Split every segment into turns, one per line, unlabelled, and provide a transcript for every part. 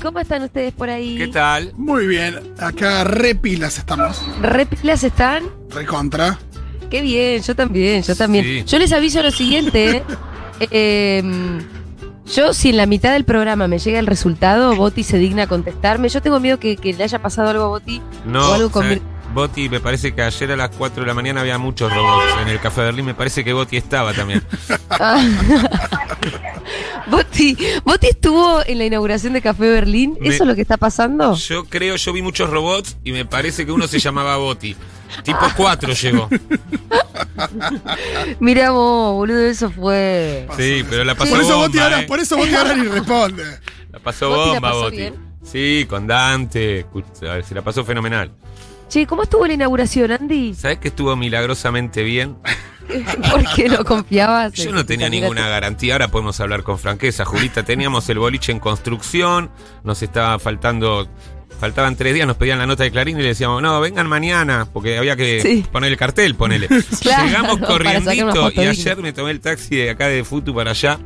¿Cómo están ustedes por ahí?
¿Qué tal?
Muy bien, acá repilas estamos.
¿Repilas están?
Recontra.
Qué bien, yo también, yo también.
Sí.
Yo les aviso lo siguiente. ¿eh? Eh, yo, si en la mitad del programa me llega el resultado, Boti se digna a contestarme. Yo tengo miedo que, que le haya pasado algo a Boti
No,
o algo con...
¿sabes? Boti, me parece que ayer a las 4 de la mañana había muchos robots en el Café Berlín. Me parece que Boti estaba también.
Ah. Boti, Boti estuvo en la inauguración de Café Berlín.
Me-
¿Eso es lo que está pasando?
Yo creo, yo vi muchos robots y me parece que uno se llamaba Boti. Tipo 4 llegó.
Mira vos, boludo, eso fue.
Sí, pero la pasó
Por eso
bomba.
Boti ahora,
eh.
por eso Boti ahora ni responde.
La pasó
Boti la
bomba,
pasó
Boti.
bien.
Sí, con Dante. escucha, a ver, Se la pasó fenomenal.
Che, ¿cómo estuvo la inauguración, Andy?
¿Sabes que estuvo milagrosamente bien?
Porque no confiabas.
Yo
en
no
que
tenía
saliera
ninguna garantía, ahora podemos hablar con franqueza, Julita. Teníamos el boliche en construcción, nos estaba faltando, faltaban tres días, nos pedían la nota de Clarín y le decíamos, no, vengan mañana, porque había que
Sí.
poner el cartel, ponele.
Claro,
Llegamos
para sacar una
corriendito
foto
y
digna.
ayer me tomé el taxi de acá de Futu para allá,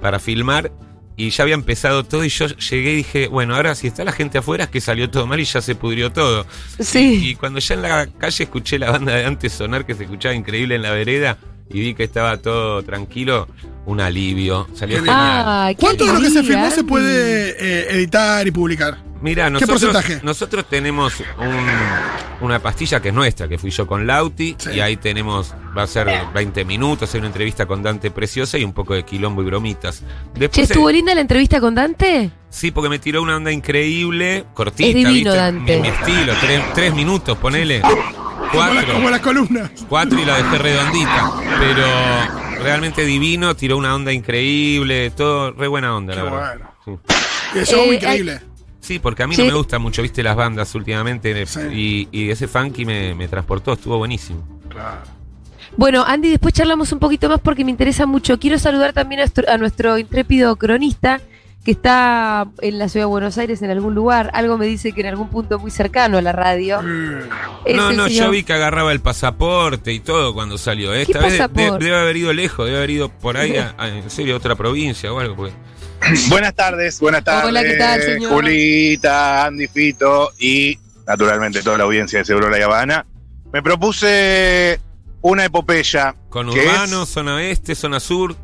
para filmar. Y ya había empezado todo y yo llegué y dije, bueno, ahora si está la gente afuera es que salió todo mal y ya se pudrió todo.
Sí.
Y cuando ya en la calle escuché la banda de antes sonar que se escuchaba increíble en la vereda y vi que estaba todo tranquilo, un alivio. Salió
Qué Ah.
genial.
Ay, Ah, qué
¿Cuánto de lo que se
alegría,
filmó se
Andy.
puede eh, editar y publicar?
Mira, nosotros,
porcentaje?
nosotros tenemos un- una pastilla que es nuestra, que fui yo con Lauti,
Sí.
y ahí tenemos, va a ser 20 minutos, hay una entrevista con Dante Preciosa y un poco de quilombo y bromitas.
Che,
Después,
¿estuvo
eh,
linda la entrevista con Dante?
sí, porque me tiró una onda increíble, cortita,
Es divino,
¿viste?
Dante.
Mi, mi estilo, tres, tres minutos, ponele.
Como, la-
Cuatro.
como las columnas.
cuatro y la dejé redondita. Pero realmente divino, tiró una onda increíble, todo re buena onda, la
Qué
verdad. Sí.
Y el show
Eh,
increíble.
Sí, porque a mí
Sí.
no me gustan mucho, viste, las bandas últimamente.
Sí.
Y, y ese funky me, me transportó, estuvo buenísimo.
Claro.
Bueno, Andy, después charlamos un poquito más porque me interesa mucho. Quiero saludar también a, nuestro- a nuestro intrépido cronista que está en la ciudad de Buenos Aires, en algún lugar. Algo me dice que en algún punto muy cercano a la radio.
Eh,
Es
no,
el
no,
señor-
yo vi que agarraba el pasaporte y todo cuando salió. Esta vez de-
pasaporte?
debe haber ido lejos, debe haber ido por ahí, a- a- en serio, a otra provincia o algo. porque-
Buenas tardes, buenas tardes.
Hola, ¿qué tal, señor?
Julita, Andy Fito y naturalmente toda la audiencia de Seguro La Habana. Me propuse una epopeya,
Con
¿Qué
Urbano,
es?
zona este, zona sur.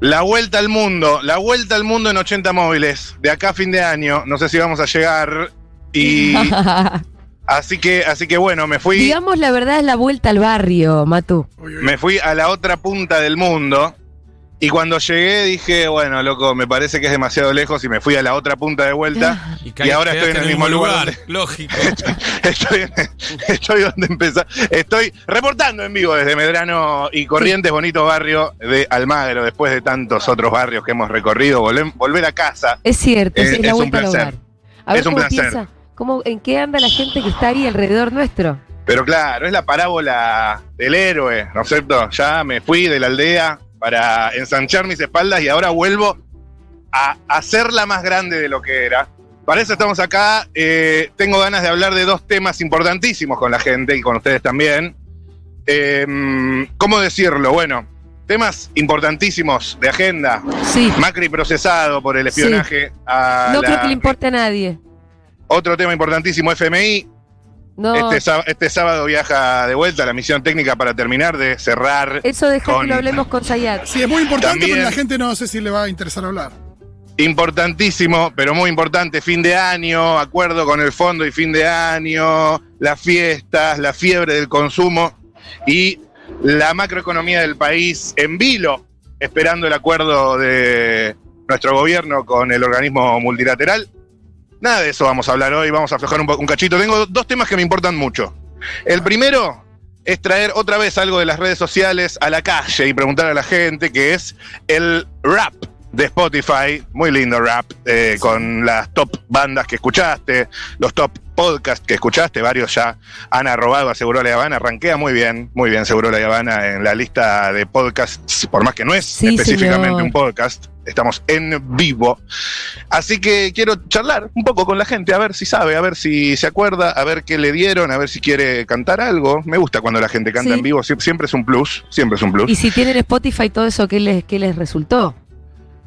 la vuelta al mundo, la vuelta al mundo en 80 móviles, de acá a fin de año, no sé si vamos a llegar y así que así que bueno, me fui
Digamos la verdad es la vuelta al barrio, Matu.
uy, uy.
me fui a la otra punta del mundo y cuando llegué dije, bueno, loco, me parece que es demasiado lejos y me fui a la otra punta de vuelta.
Y,
Y ahora
quedaste
estoy en el mismo lugar
Lógico.
Estoy, estoy donde empezar. Estoy reportando en vivo desde Medrano y Corrientes, bonito barrio de Almagro, después de tantos otros barrios que hemos recorrido. Volver, volver a casa.
Es cierto,
Es-
es, la
es un
vuelta al
placer.
hogar. A ver
Es un
cómo
placer.
piensa, cómo, en qué anda la gente que está ahí alrededor nuestro.
Pero claro, es la parábola del héroe, ¿no es cierto? Ya me fui de la aldea para ensanchar mis espaldas y ahora vuelvo a hacerla más grande de lo que era. Para eso estamos acá. Eh, tengo ganas de hablar de dos temas importantísimos con la gente y con ustedes también. Em, ¿Cómo decirlo? Bueno, temas importantísimos de agenda.
Sí,
Macri procesado por el
Sí.
espionaje a
no
la-
creo que le importe a nadie.
Otro tema importantísimo, FMI,
No,
este, sá- este sábado viaja de vuelta a la misión técnica para terminar de cerrar.
eso deja que
con-
lo hablemos con Sayat.
Sí, es muy importante,
También-
pero la gente no sé si le va a interesar hablar.
Importantísimo, pero muy importante, fin de año, acuerdo con el fondo y fin de año, las fiestas, la fiebre del consumo y la macroeconomía del país en vilo, esperando el acuerdo de nuestro gobierno con el organismo multilateral. Nada de eso vamos a hablar hoy, vamos a aflojar un, po- un cachito. Tengo dos temas que me importan mucho. El primero es traer otra vez algo de las redes sociales a la calle y preguntar a la gente, que es el rap de Spotify, muy lindo rap, eh, con las top bandas que escuchaste, los top podcasts que escuchaste, varios ya han arrobado a Seguro La Habana, rankea muy bien, muy bien Seguro La Habana en la lista de podcasts, por más que no es
Sí,
específicamente
señor.
un podcast, estamos en vivo. Así que quiero charlar un poco con la gente, a ver si sabe, a ver si se acuerda, a ver qué le dieron, a ver si quiere cantar algo. Me gusta cuando la gente canta
Sí.
en vivo, sie- siempre es un plus, siempre es un plus.
Y si tienen Spotify, todo eso, ¿qué les, qué les resultó?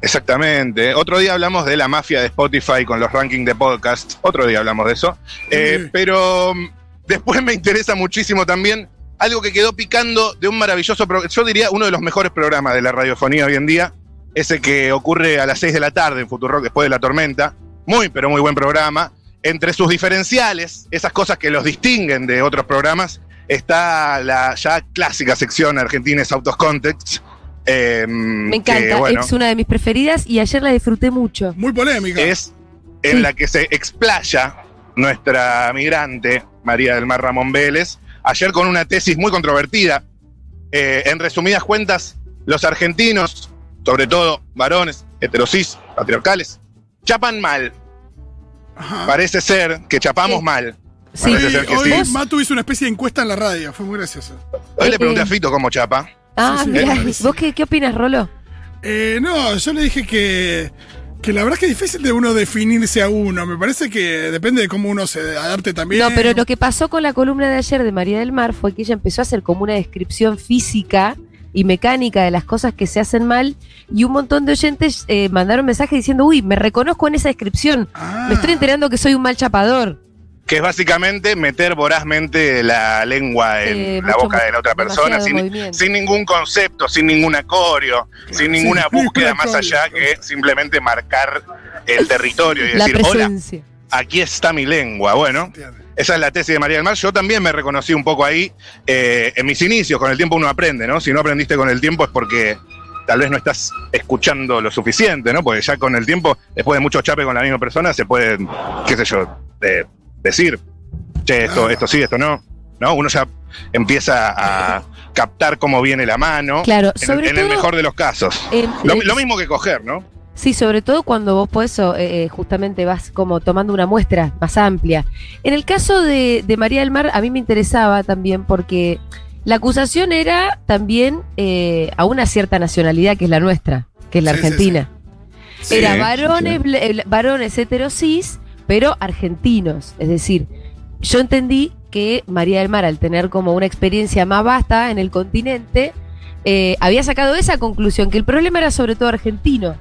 Exactamente. Otro día hablamos de la mafia de Spotify con los rankings de podcast. Otro día hablamos de eso. Eh,
Sí.
Pero mm, después me interesa muchísimo también algo que quedó picando de un maravilloso programa. Yo diría uno de los mejores programas de la radiofonía hoy en día. Ese que ocurre a las 6 de la tarde en Futurock después de la tormenta. Muy, pero muy buen programa. Entre sus diferenciales, esas cosas que los distinguen de otros programas, está la ya clásica sección Argentines Out of Context. eh,
Me encanta,
que, bueno,
es una de mis preferidas y ayer la disfruté mucho.
Muy polémica.
es en
Sí.
la que se explaya nuestra migrante María del Mar Ramón Vélez, ayer con una tesis muy controvertida. Eh, en resumidas cuentas, los argentinos, sobre todo varones, heterosis, patriarcales, chapan mal.
Ajá.
Parece ser que chapamos
Sí.
mal.
Sí,
parece
Hoy-
ser que
hoy
sí.
Matu hizo una especie de encuesta en la radio, fue muy gracioso.
Hoy
Eh,
le pregunté
eh.
a Fito cómo chapa.
Ah,
sí,
mirá,
claro, sí.
¿vos qué, qué opinas, Rolo?
Eh, no, yo le dije que, que la verdad es que es difícil de uno definirse a uno. Me parece que depende de cómo uno se adapte también.
No, pero lo que pasó con la columna de ayer de María del Mar fue que ella empezó a hacer como una descripción física y mecánica de las cosas que se hacen mal y un montón de oyentes eh, mandaron mensajes diciendo, uy, me reconozco en esa descripción,
Ah,
me estoy enterando que soy un mal chapador.
Que es básicamente meter vorazmente la lengua en
Eh,
la
mucho
boca
mo-
de la otra persona
demasiado
sin,
movimiento.
sin ningún concepto, sin ningún acorio, sin ninguna
ningún
búsqueda más
acorio.
allá que simplemente marcar el territorio y
la
decir, hola,
presencia.
aquí está mi lengua. Bueno,
entiende.
esa es la tesis de María del Mar. Yo también me reconocí un poco ahí eh, en mis inicios. Con el tiempo uno aprende, ¿no? Si no aprendiste con el tiempo es porque tal vez no estás escuchando lo suficiente, ¿no? Porque ya con el tiempo, después de mucho chape con la misma persona, se puede, qué sé yo, eh, decir, che, esto, esto sí, esto no. ¿No? Uno ya empieza a captar cómo viene la mano.
Claro,
en, el-
sobre
en el
todo,
mejor de los casos.
eh,
Lo,
eh,
lo mismo que coger, ¿no?
Sí, sobre todo cuando vos por eso eh, eh, justamente vas como tomando una muestra más amplia. En el caso de, de María del Mar, a mí me interesaba también porque la acusación era también eh, a una cierta nacionalidad que es la nuestra, que es la
Sí, sí,
argentina.
Sí,
era
sí,
varones, bla- eh, varones heterosis, pero argentinos. Es decir, yo entendí que María del Mar, al tener como una experiencia más vasta en el continente, eh, había sacado esa conclusión, que el problema era sobre todo argentino.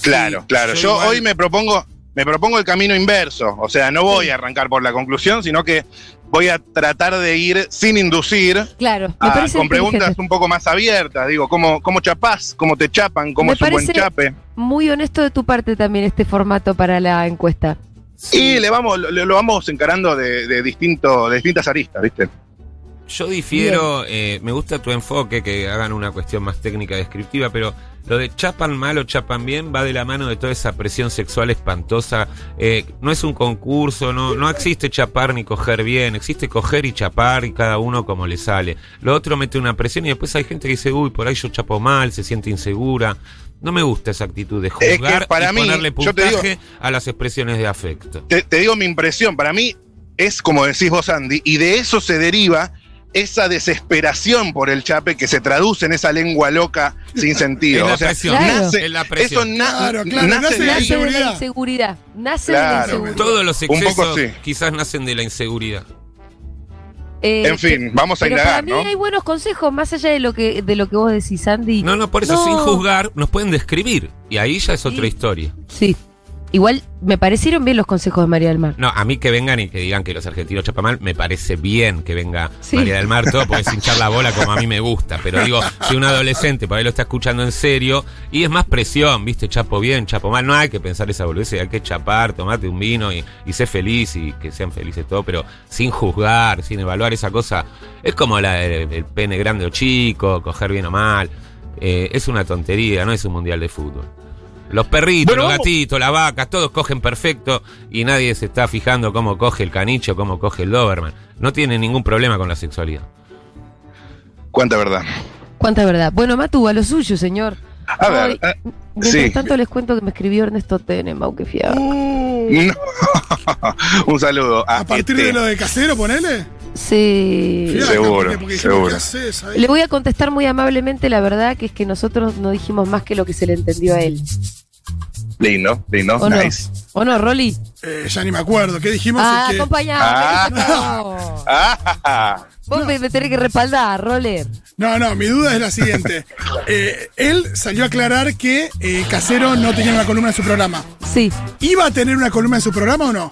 Claro,
Sí,
claro. Yo
igual-
hoy me propongo, me propongo el camino inverso. O sea, no voy a arrancar por la conclusión, sino que voy a tratar de ir sin inducir,
Claro, me
a-
parece
Ah, con
inteligente.
preguntas un poco más abiertas. Digo, ¿cómo, cómo chapás? ¿Cómo te chapan? ¿Cómo
Me
es un buen
parece-
chape?
Muy honesto de tu parte también este formato para la encuesta.
Y le vamos, lo, lo vamos encarando de, de distinto, de distintas aristas, ¿viste?
Yo difiero, eh, me gusta tu enfoque, que hagan una cuestión más técnica descriptiva, pero lo de chapan mal o chapan bien va de la mano de toda esa presión sexual espantosa. Eh, no es un concurso, no, no existe chapar ni coger bien, existe coger y chapar y cada uno como le sale. Lo otro mete una presión y después hay gente que dice, uy, por ahí yo chapo mal, se siente insegura. No me gusta esa actitud de
que
juzgar
para
y
mí,
ponerle
yo te digo-
puntaje a las expresiones de afecto.
te, te digo mi impresión, para mí es como decís vos, Andy, y de eso se deriva esa desesperación por el chape que se traduce en esa lengua loca sin
Es
sentido.
la
o sea,
presión,
nace-
es la
eso
presión.
na-
Claro, claro,
nace
nace
de ahí.
Nace de la
inseguridad.
inseguridad. Nace de la
Claro.
inseguridad.
Todos los
Un
excesos
poco sí.
quizás nacen de la inseguridad.
Eh,
En fin, vamos a
pero para
indagar,
mí
¿no?
hay buenos consejos, más allá de lo que, de lo que vos decís, Andy.
No, no, por eso
No.
sin juzgar nos pueden describir. Y ahí ya es otra
Sí.
historia.
Sí. Igual me parecieron bien los consejos de María del Mar.
No, a mí que vengan y que digan que los argentinos chapan mal, me parece bien que venga
Sí.
María del Mar todo, porque es hinchar la bola como a mí me gusta. Pero digo, si un adolescente por ahí lo está escuchando en serio, y es más presión, ¿viste? Chapo bien, chapo mal. No hay que pensar esa boludez, hay que chapar, tomate un vino y, y sé feliz y que sean felices todos, pero sin juzgar, sin evaluar esa cosa. Es como la del el pene grande o chico, coger bien o mal. Eh, es una tontería, no es un mundial de fútbol. Los perritos,
Bueno,
los
vamos-
gatitos, las vacas, todos cogen perfecto y nadie se está fijando cómo coge el canicho, cómo coge el Doberman. No tiene ningún problema con la sexualidad.
Cuánta verdad.
Cuánta verdad. Bueno, Matu, a lo suyo, señor.
A ver,
Ay,
eh,
Mientras
sí. Uh.
tanto les cuento que me escribió Ernesto Tenenbaum, que fiaba.
no. un saludo a,
Uh, A partir
este.
de lo de casero, ponele.
Sí.
Fíjate,
Seguro,
porque- porque dijimos,
seguro.
¿qué haces ahí?
Le voy a contestar muy amablemente, la verdad que es que nosotros no dijimos más que lo que se le entendió a él.
lindo, lindo,
¿O Oh, no?
Oh, nice.
¿O no, Rolly?
Eh, ya ni me acuerdo. ¿Qué dijimos?
Ah,
Y que-
acompañame.
Ah.
no.
Ah,
Vos me, me tenés que respaldar, Roller.
No, no, mi duda es la siguiente. Eh, él salió a aclarar que eh, Casero no tenía una columna en su programa.
Sí.
¿Iba a tener una columna en su programa o no?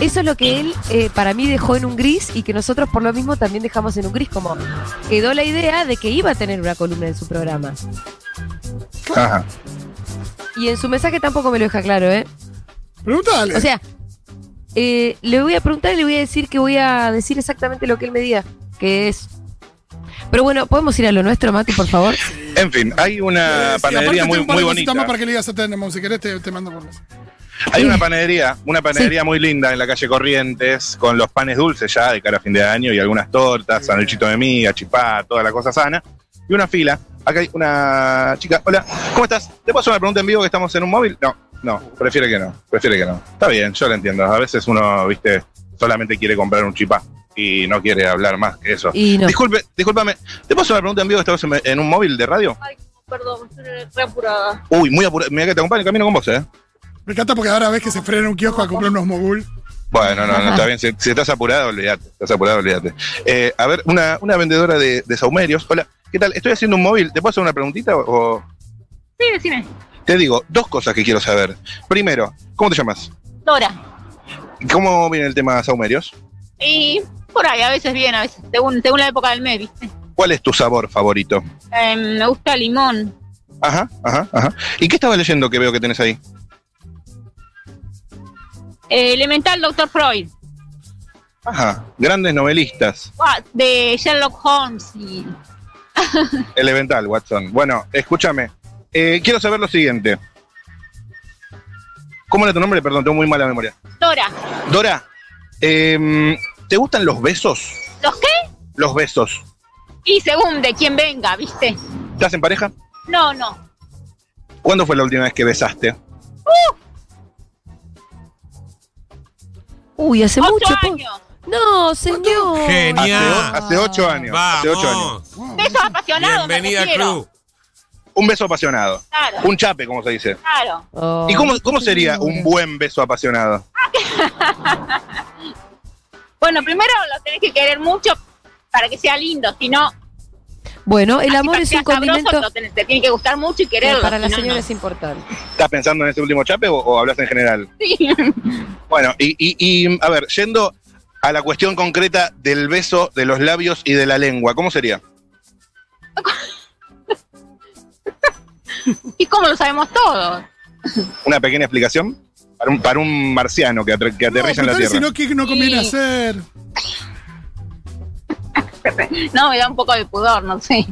Eso es lo que él, eh, para mí, dejó en un gris y que nosotros, por lo mismo, también dejamos en un gris. Como quedó la idea de que iba a tener una columna en su programa.
Ajá.
Y en su mensaje tampoco me lo deja claro, ¿eh?
Pregúntale.
O sea, eh, le voy a preguntar y le voy a decir que voy a decir exactamente lo que él me diga, que es. Pero bueno, podemos ir a lo nuestro, Mati, por favor.
En fin, hay
Eh,
una
sí, aparte
panadería
tengo
muy,
un par
muy
de cositas
bonita.
más para que le digas a Tenemo, si querés te, te mando por las-
Hay una panadería, una panadería muy linda en la calle Corrientes, con los panes dulces ya de cara a fin de año y algunas tortas, sanduchito de miga, chipá, toda la cosa sana. Y una fila. Acá hay una chica. Hola, ¿cómo estás? ¿Te puedo hacer una pregunta en vivo que estamos en un móvil? No, no, prefiere que no, prefiere que no. Está bien, yo lo entiendo. A veces uno, viste, solamente quiere comprar un chipá y no quiere hablar más que eso.
Y no.
Disculpe, discúlpame, ¿te puedo hacer una pregunta en vivo que estamos en- en un móvil de radio?
Perdón, estoy re apurada.
Uy, muy apurado. Mira que te acompaño, camino con vos, ¿eh?
Me encanta porque ahora ves que se frena un kiosco a comprar unos mogul.
Bueno, no, no, está bien. Si, si estás apurado, olvídate. Estás apurado, olvídate. Eh, a ver, una, una vendedora de, de saumerios. Hola, ¿qué tal? Estoy haciendo un móvil. ¿Te puedo hacer una preguntita? O, o-
Sí, decime.
Te digo, dos cosas que quiero saber. Primero, ¿cómo te llamas?
Dora.
¿Cómo viene el tema saumerios?
Y por ahí, a veces bien, a veces, según, según la época del mes, ¿viste?
¿Cuál es tu sabor favorito?
Eh, me gusta limón.
Ajá, ajá, ajá. ¿Y qué estaba leyendo que veo que tenés ahí?
Eh, elemental Dr. Freud.
Ajá, grandes novelistas.
Ah, de Sherlock Holmes. Y,
Elemental, Watson. Bueno, escúchame. Eh, quiero saber lo siguiente. ¿Cómo era tu nombre? Perdón, tengo muy mala memoria.
Dora.
Dora, em, ¿te gustan los besos?
¿Los qué?
Los besos.
Y según de quién venga, ¿viste?
¿Estás en pareja?
No, no.
¿Cuándo fue la última vez que besaste?
Uy, hace
Ocho
mucho. po-
años.
No, señor.
Genial.
Hace, o- hace ocho años. Hace ocho años.
Vamos.
Wow.
Besos apasionados, me
Bienvenida al
refiero.
club.
Un beso apasionado.
Claro,
Un chape, como se dice.
claro.
Oh,
¿Y cómo, cómo sería un buen beso apasionado?
Bueno, primero lo tenés que querer mucho para que sea lindo, si no,
Bueno, el amor
así
es un
sea sabroso,
condimento
lo tenés- te tiene que gustar mucho y
que
quererlo.
para
si
la
no, no.
señora es importante.
¿Estás pensando en ese último chape o, o hablas en general?
Sí.
Bueno, y, y- y, a ver, yendo a la cuestión concreta del beso de los labios y de la lengua, ¿cómo sería?
¿Y cómo lo sabemos todos?
¿Una pequeña explicación? Para un, para un marciano que, atre- que
No,
aterriza en la
preguntale
Tierra.
si no, ¿qué no conviene
Sí.
hacer?
No, me da un poco de pudor, no sé.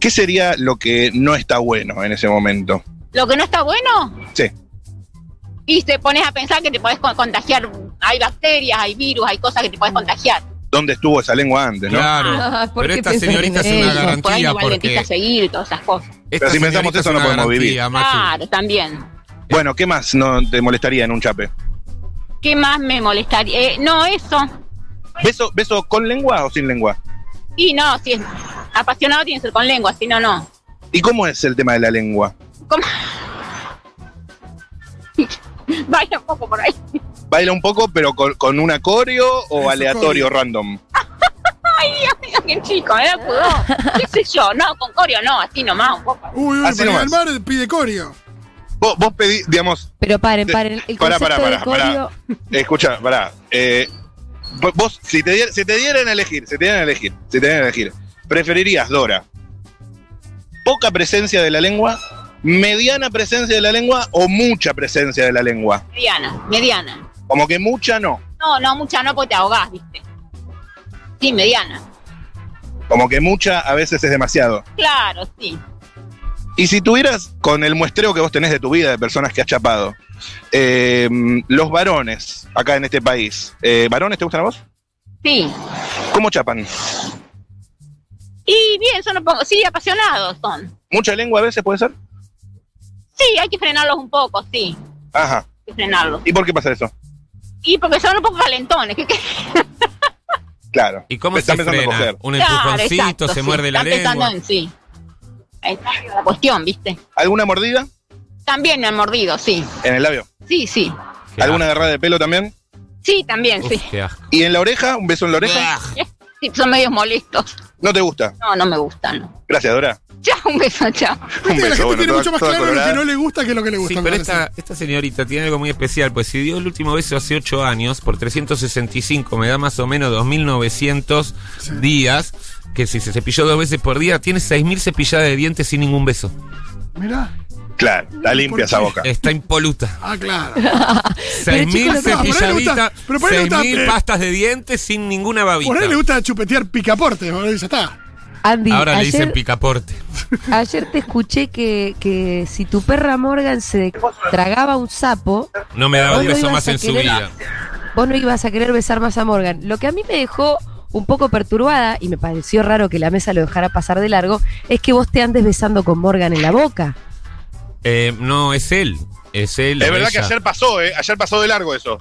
¿Qué sería lo que no está bueno en ese momento?
Lo que no está bueno.
Sí.
Y te pones a pensar que te podés con- contagiar. Hay bacterias, hay virus, hay cosas que te podés contagiar.
¿Dónde estuvo esa lengua antes, no?
Ah,
Claro.
¿por
Pero
qué
esta
pensaron
señorita es
en
una
eso?
Por ahí
garantía
no va al dentista
porque.
a seguir y todas esas cosas.
esta
si pensamos
señorita
eso,
es
no
una
podemos vivir.
garantía, Maxi.
Claro, también.
Bueno, ¿qué más no te molestaría en un chape?
¿Qué más me molestaría? Eh, no, eso.
¿Beso, ¿Beso con lengua o sin lengua?
Y no, si es apasionado tiene que ser con lengua, si no, no.
¿Y cómo es el tema de la lengua?
¿Cómo? Vaya un poco por ahí.
¿Baila un poco, pero con, con un acorio o
Eso,
aleatorio,
acorio.
random?
Mira qué chico, me da pudor. ¿Qué sé yo? No, con Corio no, así nomás un poco.
Uy, uy,
Así
para ir al
nomás.
mar pide corio.
Vos, vos pedí, digamos,
Pero paren, paren. El
Pará, pará,
concepto
pará,
de
pará.
corio-
escucha, pará. eh, vo- vos, si te, dier- si te dieran a elegir, si te dieran a elegir, si te dieran a elegir, preferirías, Dora, poca presencia de la lengua, mediana presencia de la lengua o mucha presencia de la lengua?
Mediana, mediana.
Como que mucha no.
No, no, mucha no porque te ahogás, viste. Sí, mediana.
Como que mucha a veces es demasiado.
Claro, sí.
Y si tuvieras, con el muestreo que vos tenés de tu vida, de personas que has chapado, eh, los varones acá en este país, eh, ¿varones te gustan a vos?
Sí.
¿Cómo chapan?
Y bien, son un poco, sí, apasionados son.
¿Mucha lengua a veces puede ser?
Sí, hay que frenarlos un poco, sí.
Ajá.
Hay que frenarlos.
¿Y por qué pasa eso?
Y porque son un poco calentones. Que, que-
Claro.
¿Y cómo
Te
se
están pensando en
frena?
coger.
Un
claro,
empujoncito,
exacto,
se
sí.
muerde la
Están pensando
lengua.
en sí. Ahí está la cuestión, viste.
¿Alguna mordida
También me han mordido, sí.
en el labio?
Sí, sí.
Qué
¿Alguna agarrada de pelo también?
Sí, también,
asco. Uf,
sí.
qué asco.
¿Y en la oreja? ¿Un beso en la oreja?
Bah.
Sí, son medios molestos.
¿No te gusta?
No, no me gustan. no.
Gracias, Dora.
Chao, un beso, chao.
Un
la gente
beso, bueno,
tiene
toda-
mucho más
toda
claro lo
colorada.
que no le gusta que lo que le gusta.
Sí,
me
pero
parece.
esta, esta señorita tiene algo muy especial, pues si dio el último beso hace 8 años, por 365 me da más o menos 2.900
Sí.
días, que si se cepilló dos veces por día, tiene 6.000 cepilladas de dientes sin ningún beso.
Mirá.
Claro, está limpia esa boca.
Está impoluta.
Ah, claro.
6.000
chicos, pero por ahí le
gusta-
cepilladitas,
pero por ahí le gusta- eh,
6.000 pastas de dientes sin ninguna babita.
Por ahí le gusta chupetear picaporte, boludo, y ya está.
Andy,
Ahora le dicen
ayer,
picaporte.
ayer te escuché que, que si tu perra Morgan se tragaba un sapo,
No me daba
Vos
un
no
beso
ibas
más
a
en su
querer-
vida.
vos no ibas a querer besar más a Morgan. Lo que a mí me dejó un poco perturbada, y me pareció raro que la mesa lo dejara pasar de largo, es que vos te andes besando con Morgan en la boca.
Eh, no, es él. Es él.
Es
o
verdad que
ella.
ayer pasó, ¿eh? Ayer pasó de largo eso.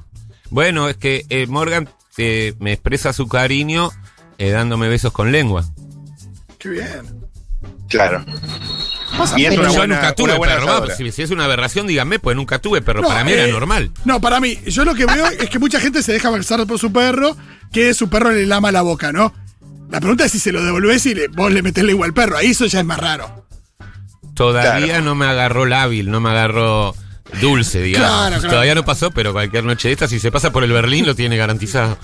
Bueno, es que eh, Morgan eh, me expresa su cariño eh, dándome besos con lengua.
Qué bien.
Claro. Y es
Pero
una
yo
buena,
nunca tuve
una buena
perro.
asadora.
va, si, si es una aberración, díganme, pues nunca tuve perro.
No,
Para mí
eh,
era normal.
No, para mí, yo lo que veo es que mucha gente se deja besar por su perro, que su perro le lama la boca, ¿no? La pregunta es si se lo devolvés y le- vos le metés lengua al perro. Ahí eso ya es más raro.
Todavía
claro.
no me agarró lábil, no me agarró dulce, digamos.
Claro, claro.
Todavía no pasó, pero cualquier noche de esta, si se pasa por el Berlín, lo tiene garantizado.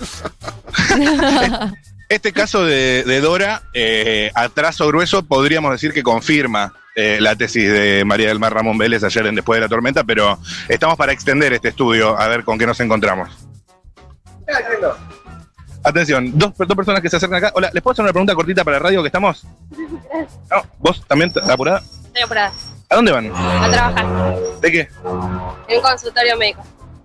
Este caso de, de Dora, eh, atraso grueso, podríamos decir que confirma eh, la tesis de María del Mar Ramón Vélez ayer en Después de la Tormenta, pero estamos para extender este estudio a ver con qué nos encontramos. Atención, dos, dos personas que se acercan acá. Hola, ¿les puedo hacer una pregunta cortita para la radio que estamos? No, ¿Vos también t- apurada?
Estoy apurada.
¿A dónde van?
A trabajar.
¿De qué?
En un consultorio médico.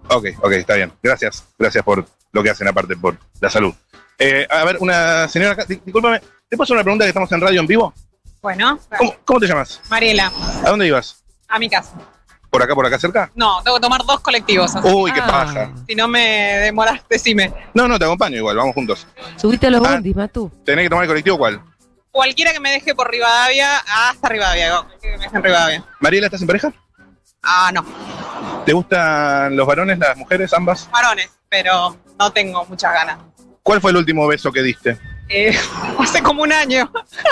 Ok, ok, está bien. Gracias. Gracias por lo que hacen, aparte, por la salud. Eh, a ver, una señora acá, di- discúlpame, ¿te puedo hacer una pregunta que estamos en radio en vivo?
Bueno,
¿Cómo, cómo te llamas?
Mariela,
¿A dónde ibas?
a mi casa.
¿Por acá, por acá cerca?
No, tengo que tomar dos colectivos. así.
Uy, qué
Ah.
paja.
Si no me demoras, decime.
No, no, te acompaño igual, vamos juntos.
Subiste a los
Ah.
bondis, Matú.
¿Tenés que tomar el colectivo cuál?
Cualquiera que me deje por Rivadavia, hasta Rivadavia. cualquiera Que me deje en Rivadavia.
Mariela, ¿estás en pareja?
Ah, no.
¿Te gustan los varones, las mujeres, ambas?
Varones, pero no tengo muchas ganas.
¿Cuál fue el último beso que diste?
Eh, hace como un año.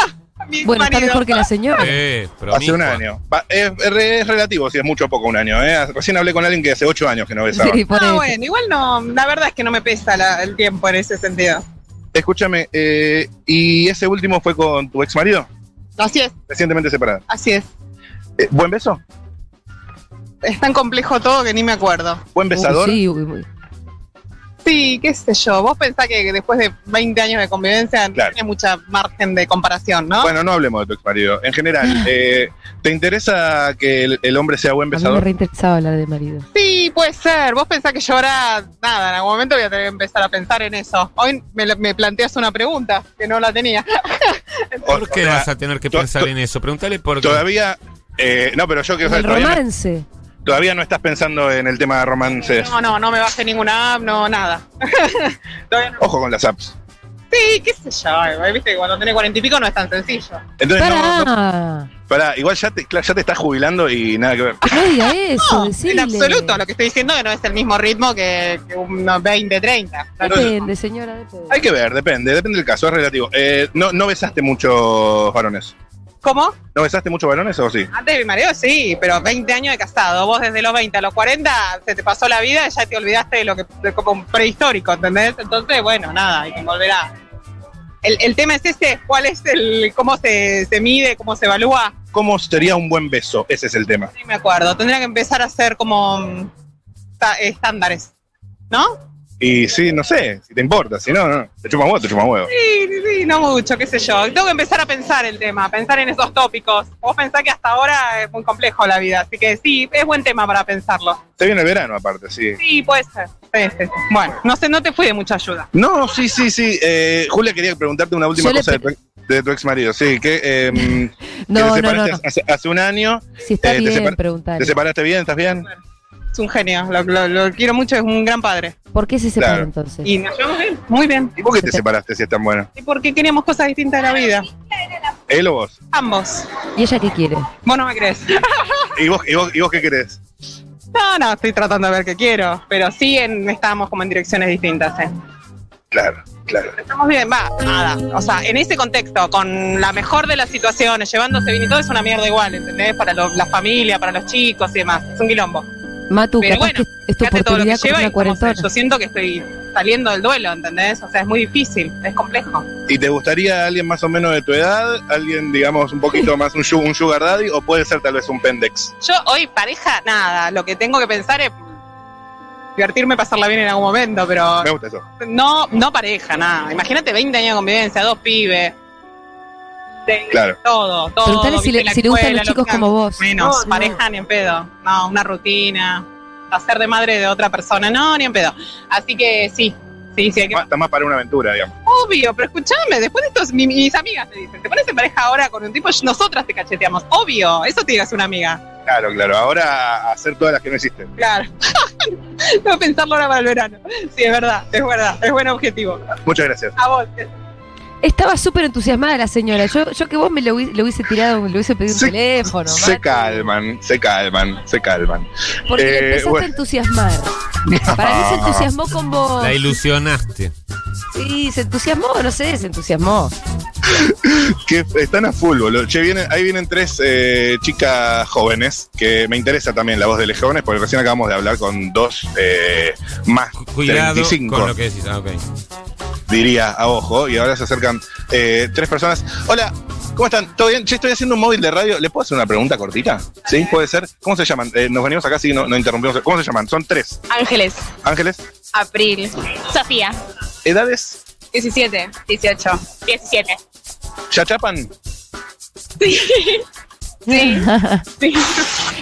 mi
Bueno, está
marido.
mejor que la señora.
Eh,
Hace
promiscua.
un año. Va- es, es- es relativo si es mucho o poco un año. ¿eh? Recién hablé con alguien que hace ocho años que no besaba.
Sí,
Ah,
ponele.
bueno, igual no. La verdad es que no me pesa la- el tiempo en ese sentido.
Escúchame, eh, ¿y ese último fue con tu ex marido?
Así es,
Recientemente separada.
así es.
Eh, ¿Buen beso?
Es tan complejo todo que ni me acuerdo.
¿Buen besador?
Uy, sí, uy, uy.
Sí, qué sé yo. Vos pensás que después de 20 años de convivencia no
Claro.
tiene mucha margen de comparación, ¿no?
Bueno, no hablemos de tu ex marido. En general, eh, ¿te interesa que el, el hombre sea buen
A mí me
besador?
reinteresaba hablar de marido.
Sí, puede ser. Vos pensás que yo ahora, nada, en algún momento voy a tener que empezar a pensar en eso. Hoy me, lo- me planteas una pregunta que no la tenía.
O-
¿Por qué
o sea,
vas a tener que
to-
pensar
to-
en eso? Pregúntale por qué.
Todavía. eh, no, pero yo quiero
El
saber, todavía, no-
romance.
todavía no estás pensando en el tema de romances.
No, no, no me bajé ninguna app, no, nada. Todavía no.
Ojo con las apps.
Sí, qué sé yo. ¿eh? Viste que cuando tenés cuarenta y pico no es tan sencillo.
Entonces, no, no-
Pará.
pará, igual ya te, claro, ya te estás jubilando y nada que ver.
No diga eso,
No, en
decile.
absoluto. Lo que estoy diciendo es que no es el mismo ritmo que, que unos 20, 30.
Depende, señora, depende.
Hay que ver, depende, depende del caso, es relativo. Eh, no, no besaste muchos varones.
¿Cómo?
¿No besaste muchos varones o sí?
Antes de mi marido sí, pero 20 años de casado. Vos desde los 20 a los 40 se te pasó la vida y ya te olvidaste de lo que de como un prehistórico, ¿entendés? Entonces, bueno, nada, hay que volver a... El, el tema es este, ¿cuál es el, cómo se, se mide, cómo se evalúa?
¿Cómo sería un buen beso? Ese es el tema.
No me acuerdo, tendría que empezar a hacer como mm, ta- estándares, ¿no?
Y sí, no sé, si te importa, si no, no. Te chupan huevo, te chupan huevo.
Sí, sí, sí, no mucho, qué sé yo. Tengo que empezar a pensar el tema, a pensar en esos tópicos. Vos pensás que hasta ahora es muy complejo la vida, así que sí, es buen tema para pensarlo.
Te viene el verano aparte, sí.
Sí, puede ser. Sí, sí, sí. Bueno, no sé, no te fui de mucha ayuda.
No, sí, sí, sí. Eh, Julia quería preguntarte una última
Yo le
cosa de tu, de tu ex marido. Sí, que, eh, mm, que te
No, no,
separaste
no, no.
Hace, hace un año.
Si está
eh, te
bien,
separa- ¿Te
preguntarle.
separaste bien? ¿Estás bien?
Es un genio, lo, lo- lo quiero mucho, es un gran padre.
¿Por qué se separó
Claro.
entonces?
Y nos llevamos bien, muy bien.
¿Y por qué te separaste si es tan bueno?
Y porque queríamos cosas distintas de la vida.
¿Él o vos?
Ambos.
¿Y ella qué quiere?
Vos no me crees.
¿Y vos, y vos, y vos qué querés?
No, no, estoy tratando de ver qué quiero. Pero sí en, estábamos como en direcciones distintas. ¿eh?
Claro. Claro.
Estamos bien, va, nada. O sea, en ese contexto, con la mejor de las situaciones, llevándose bien y todo, es una mierda igual, ¿entendés? Para lo- la familia, para los chicos y demás. Es un quilombo.
Matu,
Pero
capaz
bueno,
que es tu
Fíjate todo lo que
oportunidad con
lleva y
una
cómo se-
cuarentona.
yo siento que estoy saliendo del duelo, ¿entendés? O sea, es muy difícil, es complejo.
¿Y te gustaría alguien más o menos de tu edad? ¿Alguien, digamos, un poquito más un, su- un sugar daddy? ¿O puede ser tal vez un pendex?
Yo hoy pareja, nada, lo que tengo que pensar es divertirme, pasarla bien en algún momento, pero
Me gusta eso.
no no pareja, nada. Imagínate 20 años de convivencia, dos pibes. De-
Claro.
Todo, todo.
Preguntale si
viste,
le,
la
si le gustan los
escuela,
chicos
que-
como vos.
Menos,
No, no.
pareja ni en pedo. No, una rutina. Hacer de madre de otra persona, no, ni en pedo. Así que sí, sí, sí, hay que
Más- Está más para una aventura, digamos.
Obvio, pero escúchame, después de estos, mi- mis amigas te dicen, te pones en pareja ahora con un tipo, nosotras te cacheteamos. Obvio, eso te digas una amiga.
Claro, claro. Ahora a hacer todas las que no hiciste.
Claro. no pensarlo ahora para el verano. Sí, es verdad, es verdad, es buen objetivo.
Muchas gracias.
A vos.
Estaba súper entusiasmada la señora. Yo, yo que vos me lo, hubi- le hubiese tirado, le hubiese pedido un
Se-
teléfono.
Se
Matu.
calman, se calman, se calman.
Porque le
Eh,
empezaste
bueno.
a entusiasmar. Para mí se entusiasmó con vos.
La ilusionaste.
Sí, se entusiasmó, no sé, se entusiasmó.
Que están a full, boludo. Che, vienen, ahí vienen tres eh, chicas jóvenes, que me interesa también la voz de los jóvenes, porque recién acabamos de hablar con dos eh, más
Cu- Cuidado
35.
con lo que decís. Ah, ok.
diría a ojo, y ahora se acercan eh, tres personas. Hola, ¿cómo están? ¿Todo bien? Che, estoy haciendo un móvil de radio. ¿Le puedo hacer una pregunta cortita? Sí, puede ser. ¿Cómo se llaman? Eh, nos venimos acá, sí, no, no interrumpimos. ¿Cómo se llaman? Son tres.
Ángeles,
Ángeles,
April, Sofía,
edades,
17, 18, 17.
ya chapan.
Sí.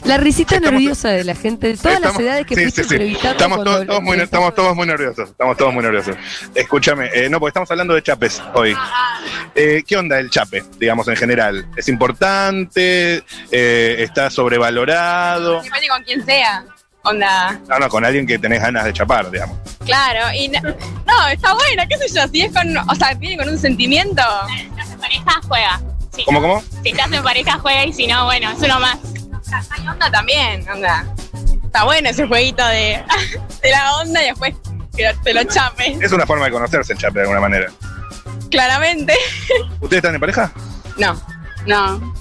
La risita
Estamos-
nerviosa de la gente, de todas
Estamos-
las edades que
sí,
fuiste
sí, sí.
entrevistando
Estamos
cuando
todos, todos muy, ner-
entrevistamos.
estamos todos muy nerviosos. Estamos todos muy nerviosos. Escúchame, eh, no, porque estamos hablando de chapes hoy. Eh, ¿Qué onda el chape, digamos, en general? ¿Es importante? Eh, ¿Está sobrevalorado? Ah,
Depende con quien sea. Onda.
No, no, con alguien que tenés ganas de chapar, digamos.
Claro, y no, no, está buena, qué sé yo, si es con, o sea, viene con un sentimiento. Si estás en pareja, juega. Si,
¿Cómo, cómo?
si estás en pareja, juega y si no, bueno, es uno más. Hay onda también, onda. Está bueno ese jueguito de, de la onda y después que te lo chapes,
Es una forma de conocerse el chape de alguna manera.
claramente.
¿Ustedes están en pareja?
No, no.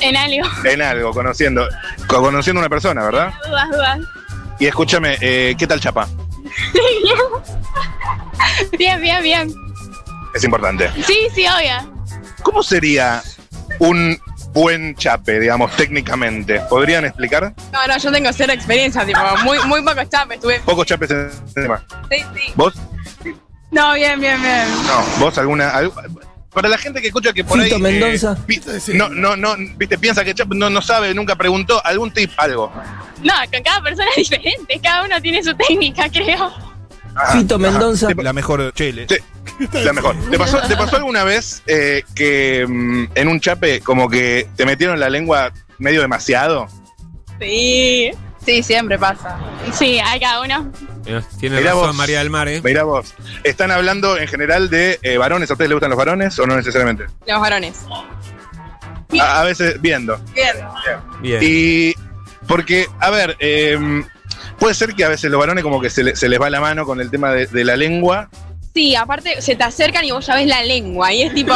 En algo.
En algo, conociendo, co- conociendo a una persona, ¿verdad?
Dudas, dudas.
Y escúchame, eh, ¿qué tal chapa?
Bien, bien, bien.
Es importante.
Sí, sí, obvio.
¿Cómo sería un buen chape, digamos, técnicamente? ¿Podrían explicar?
No, no, yo tengo cero experiencia, tipo, muy, muy poco chapes, estuve.
Pocos chapes en tema.
Sí, sí.
¿Vos?
No, bien, bien, bien.
No, ¿vos alguna? algo- Para la gente que escucha que por
Fito
ahí... eh,
Mendoza.
pi- no, no, no, viste, piensa que chape no, no sabe, nunca preguntó, algún tip, algo.
No, con cada persona es diferente, cada uno tiene su técnica, creo.
Fito Mendoza.
La mejor de Chile.
Sí. La mejor. ¿Te pasó, te pasó alguna vez eh, que mm, en un chape como que te metieron la lengua medio demasiado?
Sí. Sí, siempre pasa. Sí, hay cada uno.
Eh, Tiene
Mirá
razón
vos.
María del Mar, ¿eh?
Mirá vos, están hablando en general de eh, varones. ¿A ustedes les gustan los varones o no necesariamente?
Los varones.
A, a veces viendo.
Bien.
Bien.
Y porque, a ver, eh, puede ser que a veces los varones como que se, le- se les va la mano con el tema de, de la lengua.
Sí, aparte se te acercan y vos ya ves la lengua y es tipo...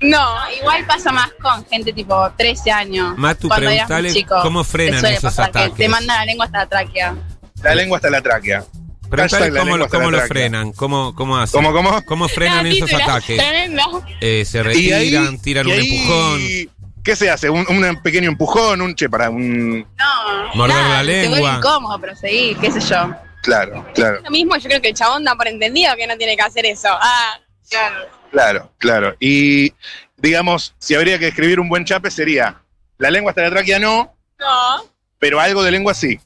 No, igual pasa más con gente tipo 13 años.
Matu,
cuando eras
preguntale
muy chico,
cómo
te
frenan
suele
esos
pasar que
ataques.
Te mandan la lengua hasta la tráquea.
La lengua hasta la tráquea.
Preguntale
Hashtag la
cómo,
lengua
lo-
hasta
cómo
la
lo
tráquea.
frenan, cómo, cómo hacen.
¿Cómo, cómo?
¿cómo frenan
No,
esos
título,
ataques.
Tremendo.
Eh, se
Y ahí-
retiran, tiran
y
un
ahí,
empujón,
¿Qué se hace? Un, un pequeño empujón, un che, para un...
No.
Morder la
Te vuelve
lengua.
incómodo proseguir, qué sé yo.
Claro, claro.
Lo mismo, yo creo que el chabón da por entendido que no tiene que hacer eso. Ah, claro.
Claro, claro. Y digamos, si habría que escribir un buen chape sería la lengua hasta la tráquea no,
No.
pero algo de lengua sí.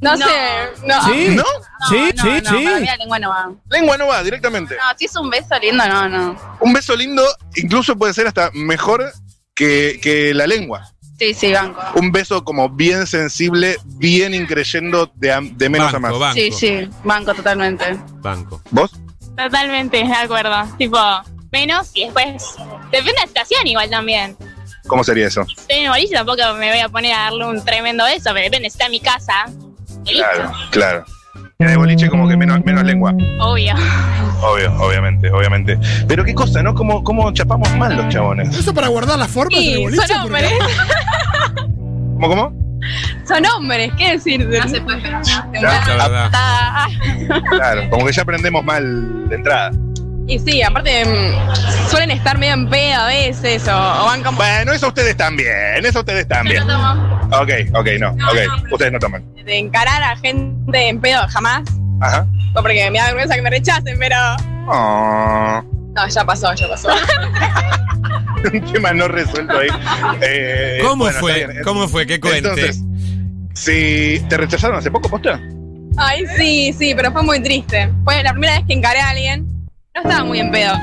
No, sé. No. Ah,
Sí, sí,
¿No?
no,
sí,
no,
sí.
Para mí la lengua no va.
Lengua no va directamente.
No, si es un beso lindo, no, no.
Un beso lindo incluso puede ser hasta mejor que, que la lengua.
Sí, sí, banco.
Un beso como bien sensible, bien increyendo de, a- de menos a más.
banco, banco,
Sí, sí, banco totalmente.
banco.
¿Vos?
Totalmente, de acuerdo. Tipo, menos y después. Depende de la situación igual también.
¿Cómo sería eso?
Estoy en el boliche, tampoco me voy a poner a darle un tremendo beso, pero depende, si está en mi casa. y listo.
Claro, claro. en el boliche como que menos, menos lengua.
Obvio.
Obvio, obviamente, obviamente. Pero qué cosa, ¿no? ¿Cómo, cómo chapamos mal los chabones?
Eso para guardar las formas en el
Y
boliche.
son
porque-
hombres.
¿Cómo, cómo?
Son hombres, ¿qué decir? No se puede esperar
Claro,
La verdad.
Ah,
Claro, como que ya aprendemos mal de entrada.
Y sí, aparte mm, suelen estar medio en pedo a veces o, o van como.
Bueno, eso ustedes también, eso ustedes también.
No tomo.
Ok, ok, no,
No, no,
ok.
pero-
Ustedes no toman.
De encarar a gente en pedo jamás.
Ajá.
No, Porque me da vergüenza que me rechacen, pero.
Oh,
No, ya pasó, ya pasó.
un tema no resuelto ahí. Eh,
¿Cómo
bueno,
fue?
está bien.
¿Cómo fue? ¿Qué cuente?
Entonces, si te rechazaron hace poco, posta.
Ay, sí, sí, pero fue muy triste. Fue la primera vez que encaré a alguien. No estaba muy en pedo.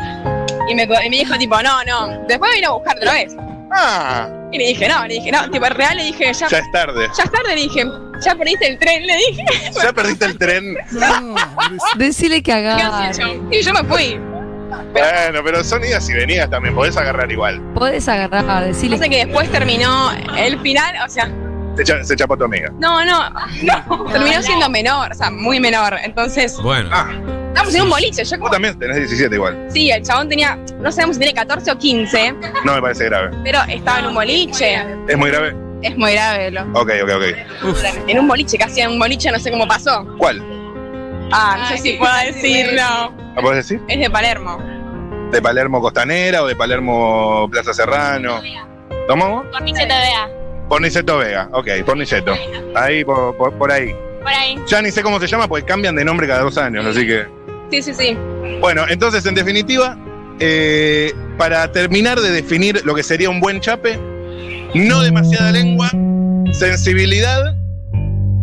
Y me, co- y me dijo, tipo, no, no. Después vino a buscar otra vez.
Ah,
Y le dije, no, le dije, no. Tipo, real le dije, ya,
ya es tarde.
ya es tarde, le dije. Ya perdiste el tren, le dije.
Ya perdiste el tren.
No, pobrecito.
Decile que
¿Qué
agarre.
sé yo? Y yo me fui.
Bueno, pero son idas y venidas también, podés agarrar igual.
Podés agarrar, decile.
Pasa que después terminó el final, o sea,
Se, cha- se chapó tu amiga.
no, no, no, terminó siendo menor, o sea, muy menor. Entonces,
Bueno,
Ah,
estábamos en un boliche, yo
vos
como,
también tenés 17 igual.
sí, el chabón tenía, no sabemos si tiene 14 o 15,
No me parece grave.
pero estaba en un boliche.
¿Es muy grave?
Es muy grave, lo.
Ok, ok, ok.
En un boliche, casi en un boliche, no sé cómo pasó.
¿Cuál?
Ah, no sé si puedo decirlo.
¿No podés decir?
Es de Palermo.
¿De Palermo Costanera o de Palermo Plaza Serrano? ¿Cómo?
Corniceta vea,
Porniceto Vega. Ok, Porniceto. Ahí, por, por- por ahí.
por ahí.
Ya ni sé cómo se llama porque cambian de nombre cada dos años, así que...
Sí, sí, sí.
Bueno, entonces, en definitiva, eh, para terminar de definir lo que sería un buen chape, no demasiada lengua, sensibilidad.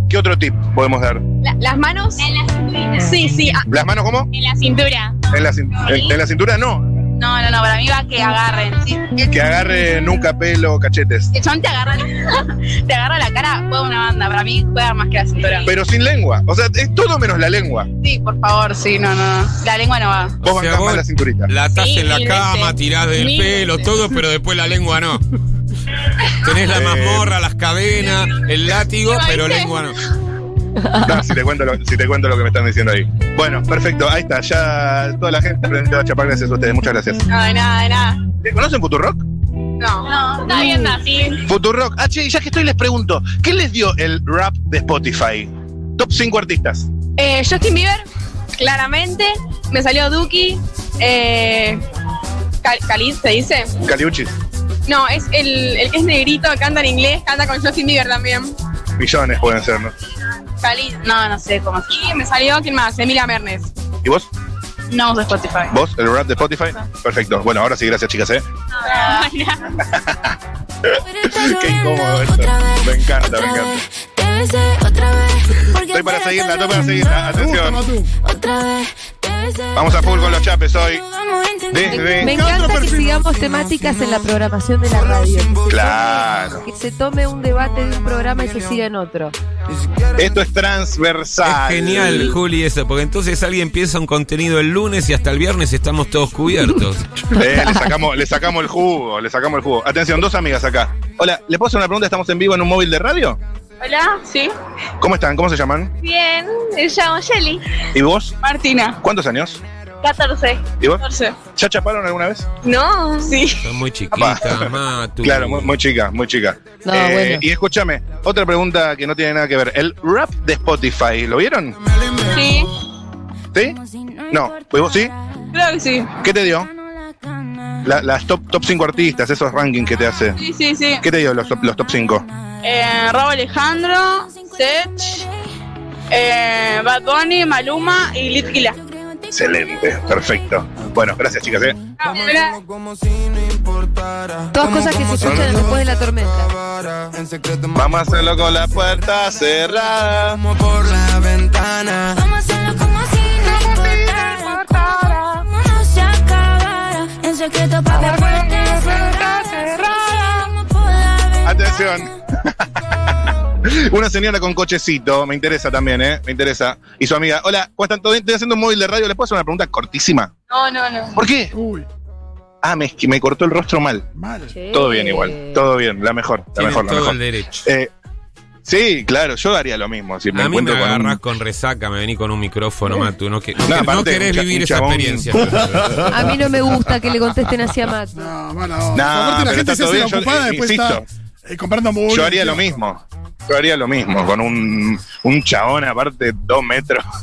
¿Qué otro tip podemos dar?
La- las manos. En la cintura. Sí, sí. ah,
¿Las manos cómo?
en la cintura.
¿En la, cin- en- en la cintura? No.
No, no, no, para mí va que agarren. Sí.
Que agarre nunca pelo, cachetes.
El chabón te agarra, te agarra la cara, juega una banda. Para mí juega más que la cintura.
Pero sin lengua. O sea, es todo menos la lengua.
Sí, por favor, sí, no, no. La lengua no va.
Vos
O sea,
bancás
vos-
más la cinturita.
la atás
Sí,
en la
mil
cama,
veces.
tirás del
Mil
pelo,
veces.
todo, pero después la lengua no. Tenés la
Eh.
mazmorra, las cadenas, el látigo,
Pero
pero
ahí te-
lengua no.
No, si te, cuento lo, si te cuento lo que me están diciendo ahí. Bueno, perfecto. Ahí está. Ya toda la gente aprendió a chapar gracias a ustedes. Muchas gracias.
No, de nada, de nada.
¿Eh, ¿Conocen Futurock?
No. No, Mm. está bien así.
Futurock. Ah, che, y ya que estoy les pregunto, ¿qué les dio el rap de Spotify? Top 5 artistas.
Eh, Justin Bieber, claramente. Me salió Duki. Eh, Cal- Khalid, ¿se dice?
Caliuchis,
No, es el, el que es negrito, canta en inglés, canta con Justin Bieber también.
millones pueden ser, ¿no?
Khalid, no, no sé cómo. Y me salió, ¿quién más? Emilia Mernes.
¿Y vos?
No uso Spotify.
¿Vos? ¿El rap de Spotify? Perfecto. Bueno, ahora sí, gracias, chicas, ¿eh?
Ah,
Qué incómodo esto. Me encanta, me
Otra
encanta.
vez, te besé otra vez. Porque
Estoy para
será
seguirla,
tan
estoy para
lindo.
seguirla.
Me gusta,
Atención.
Matú.
Otra vez, te besé
Vamos a full con los chapes hoy.
Vamos a intentar.
Desde.
Me encanta que sigamos temáticas en la programación de la radio.
Claro.
Que se tome un debate de un programa y se siga en otro.
Esto es
Es
transversal.
genial, Juli, eso, porque entonces alguien piensa un contenido el lunes y hasta el viernes estamos todos cubiertos.
Eh, le, sacamos, le sacamos el jugo, le sacamos el jugo. Atención, dos amigas acá. Hola, ¿le puedo hacer una pregunta? ¿Estamos en vivo en un móvil de radio?
Hola, sí.
¿Cómo están? ¿Cómo se llaman?
Bien, me llamo Shelly.
¿Y vos?
Martina,
¿Cuántos años?
14.
¿Y vos?
14.
¿Ya chaparon alguna vez?
No, sí.
Son muy chiquitas,
Apa.
Matu.
Claro, muy, muy chica, muy chica.
No,
Eh,
bueno.
Y escúchame, otra pregunta que no tiene nada que ver. El rap de Spotify, ¿lo vieron?
Sí,
¿Sí? No. ¿Pues vos sí?
creo que sí.
¿Qué te dio? La- las top, top 5 artistas, esos rankings que te hace.
Sí, sí, sí.
¿Qué te dio los, top- los top 5?
Eh, Robo Alejandro, Sech, eh, Bad Bunny, Maluma y Litquila.
Excelente, perfecto. Bueno, gracias chicas. ¿eh?
Ah,
Todas cosas que se escuchan después de la tormenta.
Vamos a hacerlo con la puerta cerrada.
Vamos a hacerlo como si no importara. Como no se acabara. En secreto pa' que puerta cerrada. Como por la ventana.
Atención. Una señora con cochecito, me interesa también, ¿eh? Me interesa. Y su amiga, hola, ¿cómo están todos? Estoy haciendo un móvil de radio, ¿les puedo hacer una pregunta cortísima?
No, no, no.
¿Por qué?
Uy,
Ah, me, me cortó el rostro mal.
mal.
Todo bien igual, todo bien, la mejor, la
Tienen
mejor, la
todo
mejor.
el derecho.
Eh, Sí, claro, yo haría lo mismo. Si me
a mí me
encuentro con un-
agarrás con resaca, me venís con un micrófono, Matu. No, que- no, que- no
aparte,
querés
un cha-
vivir
un
esa
chabón-
experiencia.
A mí no me gusta que le contesten así a Matu.
No, mala onda.
No,
Aparte, la
pero
gente
está
se
todo
hace la
bien, yo,
ocupada
eh,
después
insisto.
está eh, comprando muy.
Yo haría lo mismo. Yo haría lo mismo con un, un chabón, aparte, dos metros.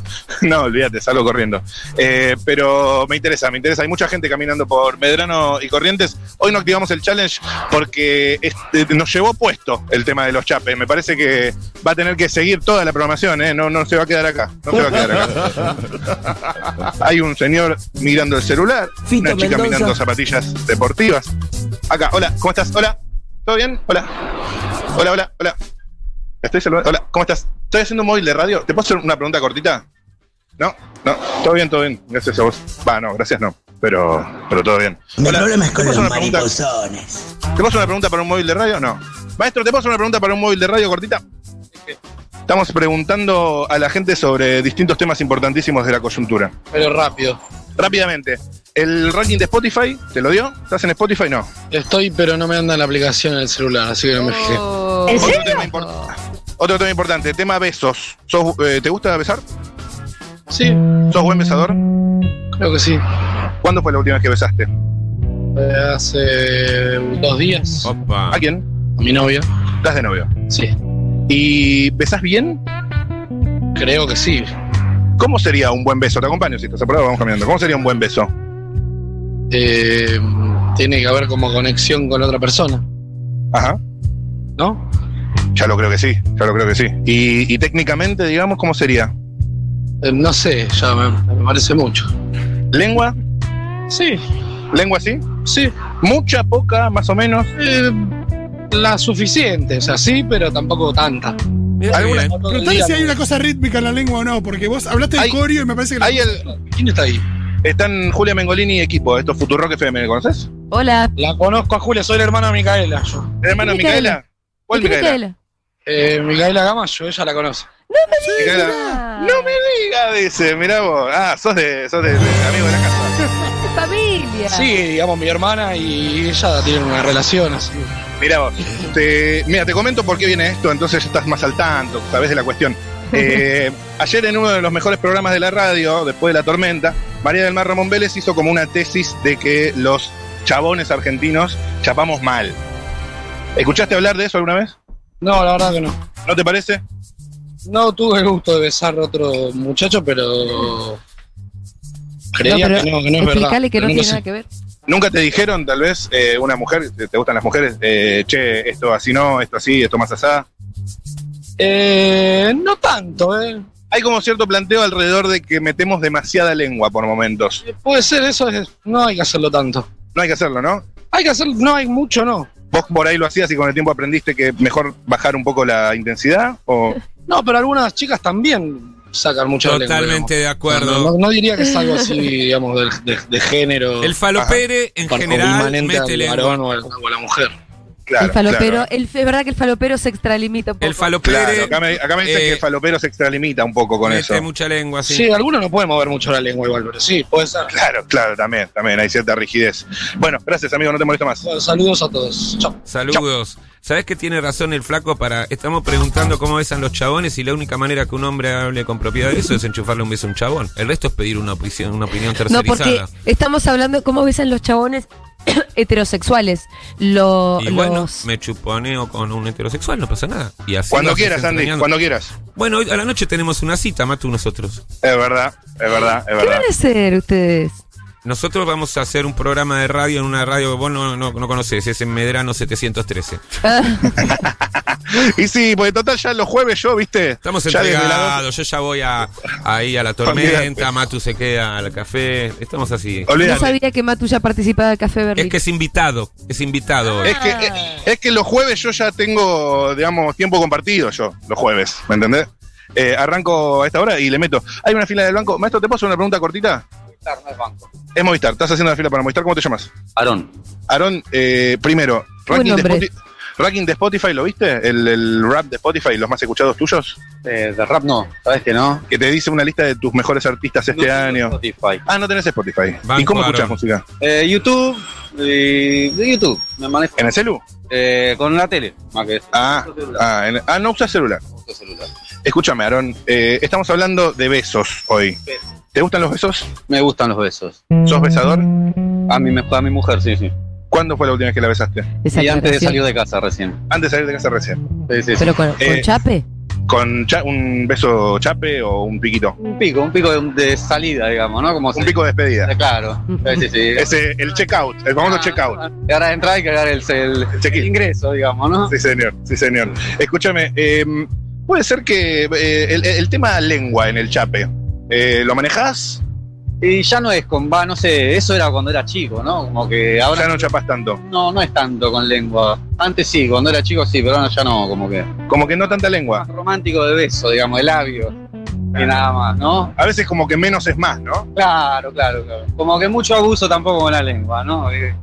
No, olvídate, salgo corriendo. Eh, pero me interesa, me interesa. Hay mucha gente caminando por Medrano y Corrientes. Hoy no activamos el challenge porque este, nos llevó puesto el tema de los chapes. Me parece que va a tener que seguir toda la programación, ¿eh? No, no se va a quedar acá. No se va a quedar acá. Hay un señor mirando el celular,
Fito
una chica
Mendoza.
mirando zapatillas deportivas. Acá, hola, ¿cómo estás? Hola, ¿todo bien? Hola. Hola, hola, hola. La Estoy saludando. Hola, ¿cómo estás? Estoy haciendo un móvil de radio. ¿Te puedo hacer una pregunta cortita? No, no. Todo bien, todo bien. Gracias a vos. Va, no, gracias no. Pero, pero todo bien.
Mi
Hola,
problema es
¿te
con
puedo
los
hacer una pregunta?
mariposones.
¿Te puedo hacer una pregunta para un móvil de radio? No. Maestro, ¿te puedo hacer una pregunta para un móvil de radio cortita? Estamos preguntando a la gente sobre distintos temas importantísimos de la coyuntura.
Pero rápido.
Rápidamente, ¿el ranking de Spotify te lo dio? ¿Estás en Spotify? No.
Estoy, pero no me anda la aplicación en el celular, así que no me fijé.
Oh.
¿En
Otro
serio?
tema, impor- otro tema importante, tema besos. ¿Sos, eh, ¿Te gusta besar?
Sí,
¿Sos buen besador?
creo que sí.
¿Cuándo fue la última vez que besaste?
Eh, Hace dos días. A
Opa.
¿A quién?
mi novia.
Estás de novio.
Sí.
¿Y besás bien?
Creo que sí.
¿Cómo sería un buen beso? Te acompaño, si estás apurado, vamos caminando. ¿Cómo sería un buen beso?
Eh, tiene que haber como conexión con la otra persona,
Ajá.
¿no?
Ya lo creo que sí, ya lo creo que sí. Y, y técnicamente, digamos, ¿cómo sería?
Eh, no sé, ya me, me parece mucho.
¿Lengua?
Sí,
¿Lengua así?
sí.
¿Mucha, poca, más o menos?
Eh, la suficiente, o sea, sí, pero tampoco tanta.
Mirá qué
¿Alguna-
bien.
No todo el
Preguntale
día,
si hay
porque-
una cosa rítmica en la lengua o no, porque vos hablaste de
Hay-
corio y me parece que. la-
Hay el,
¿Quién está ahí?
están Julia Mengolini y equipo, esto es Futurock FM, ¿conoces?
Hola.
La conozco a Julia, soy la hermana de Micaela. yo.
Hermano
Micaela.
Micaela. ¿Cuál
¿Qué tiene
Micaela?
Micaela?
Eh, Micaela Gamayo, ella la conoce.
Micaela.
Ah,
No me diga, dice, mirá vos. Ah, sos de, sos de, de amigo de la casa.
es familia.
Ah.
Sí, digamos, mi hermana y ella tienen una relación así.
Mirá vos. Te, mira, te comento por qué viene esto, entonces estás más al tanto, sabés de la cuestión. Eh, ayer en uno de los mejores programas de la radio, después de la tormenta, María del Mar Ramón Vélez hizo como una tesis de que los chabones argentinos chapamos mal. ¿Escuchaste hablar de eso alguna vez?
No, la verdad que no.
¿No te parece?
No tuve el gusto de besar a otro muchacho, pero. Creía
No, pero
que no, que no es verdad.
Explicale que no
Pero
tiene
sé.
nada que ver.
¿Nunca te dijeron, tal vez, eh, una mujer, te, te gustan las mujeres, eh, che, esto así no, esto así, esto más asá?
Eh, no tanto, ¿eh?
Hay como cierto planteo alrededor de que metemos demasiada lengua por momentos.
Puede ser, eso es, no hay que hacerlo tanto.
No hay que hacerlo, ¿no?
Hay que hacerlo, no hay mucho, no.
¿Vos por ahí lo hacías y con el tiempo aprendiste que mejor bajar un poco la intensidad? ¿O
No, pero algunas chicas también sacan mucho de lengua,
Totalmente de
digamos.
acuerdo.
No, no- no diría que es algo así, digamos, del- de, de género.
El falopere, en
par-
general,
permanente
mete
al
lengua.
varón o, al- o a la mujer.
claro?
el falopero,
claro.
el, es verdad que el falopero se extralimita un poco.
El falopere
Claro, acá me, acá me dicen
eh,
que el falopero se extralimita un poco con
mete
eso.
mucha lengua,
Sí,
sí.
algunos no pueden mover mucho la lengua igual, pero sí, puede ser.
Claro, claro, también, también, hay cierta rigidez. Bueno, gracias amigo, no te molesto más.
Bueno, saludos a todos. Chao.
Saludos. ¿Sabés que tiene razón el flaco para... Estamos preguntando cómo besan los chabones y la única manera que un hombre hable con propiedad de eso es enchufarle un beso a un chabón. El resto es pedir una opinión, una opinión
No,
tercerizada.
porque estamos hablando de cómo besan los chabones heterosexuales. Lo-
y bueno,
los...
me chuponeo con un heterosexual, no pasa nada. Y así
Cuando
nos
quieras, Andy,
desentrañando.
cuando quieras.
Bueno, hoy a la noche tenemos una cita, Matu, nosotros.
Es verdad, es verdad, es
¿Qué
verdad.
van a hacer ustedes?
Nosotros vamos a hacer un programa de radio en una radio que vos no, no, no conocés, es en Medrano 713.
Ah,
Y sí, porque total ya los jueves yo, viste.
Estamos
ya desde la
entregados, yo ya voy a, ahí a la tormenta, Matu se queda al café, estamos así.
No
Olvídate.
sabía que Matu ya participaba de Café Berlín.
Es que es invitado, es invitado hoy.
Es que, es, es que los jueves yo ya tengo, digamos, tiempo compartido yo, los jueves, ¿me entendés? Eh, arranco a esta hora y le meto. Hay una fila del banco. Maestro, ¿te puedo hacer una pregunta cortita? Es Movistar, estás haciendo la fila para Movistar, ¿cómo te llamas?
Aarón,
Aarón, eh, primero,
Buen
ranking de,
nombre.
Spoti- ¿Ranking de Spotify lo viste? El, el rap de Spotify, los más escuchados tuyos,
Eh, de rap no, sabes que no.
que te dice una lista de tus mejores artistas este
No tengo
año.
Spotify.
Ah, no tenés Spotify.
Banco,
¿Y cómo
Aaron.
escuchás música?
Eh, YouTube, eh, de YouTube, me manejo.
¿En el celu?
Eh, con la tele, más que
Ah, ah, en- ah, no usas celular.
con celular.
Escúchame, Aarón, eh, estamos hablando de besos hoy. ¿Te gustan los besos?
Me gustan los besos.
¿Sos besador?
A mi, me- a mi mujer, sí, sí.
¿Cuándo fue la última vez que la besaste?
Esa
y antes de
aclaración.
salir de casa recién.
Antes de salir de casa recién.
Sí, sí, sí.
¿Pero con, con
Eh,
chape?
¿Con cha- un beso chape o un piquito?
Un pico, un pico de, de salida, digamos, ¿no? Como
Un pico de despedida.
Claro. Sí, sí, sí.
Ese, el checkout, el famoso
Ah,
checkout.
Y ahora entrar y cagar el, el,
El check-in.
el ingreso, digamos, ¿no?
Sí, señor, sí, señor. Escúchame, eh, puede ser que eh, el, el tema lengua en el chape, eh, ¿lo manejás?
Y ya no es con va, no sé, eso era cuando era chico, ¿no? Como que ahora
ya no chapas tanto.
no, no es tanto con lengua. Antes sí, cuando era chico sí, pero ahora ya no, como que.
Como que no tanta lengua.
Más romántico de beso, digamos, de labio. Y nada más, ¿no?
A veces como que menos es más, ¿no?
Claro, claro, claro. Como que mucho abuso tampoco con la lengua, ¿no? Eh,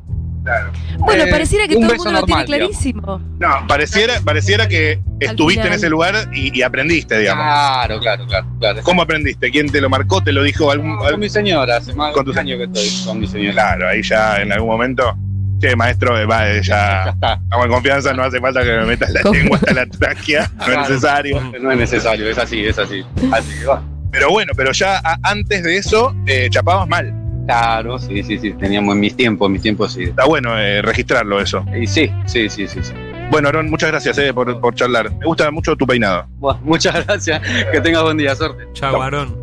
Bueno,
eh,
pareciera que
un
todo el
beso
mundo lo tiene
normal, digamos.
clarísimo.
No, pareciera, pareciera que estuviste en ese lugar y, y aprendiste, digamos.
Claro, claro, claro, claro.
¿Cómo aprendiste? ¿Quién te lo marcó? ¿Te lo dijo algún,
No, con
algún-
mi señora, hace más
Con tu
de un año que estoy con mi señora.
Claro, ahí ya en algún momento. Che, maestro, eh, va, eh,
Ya
ya
está,
estamos en confianza, no hace falta que me metas la
¿Cómo?
lengua hasta la tráquea, no es
Claro.
necesario.
no es necesario, es así, es así. Así que va.
Pero bueno, pero ya a- antes de eso, eh, chapabas mal.
Claro, sí, sí, sí, teníamos en mis tiempos, en mis tiempos sí.
Está bueno eh, registrarlo eso.
Y sí, sí, sí, sí. sí.
Bueno, Aaron, muchas gracias eh, por, por charlar. Me gusta mucho tu peinado.
Bueno, muchas gracias, que tengas buen día, suerte.
Chau, Aarón.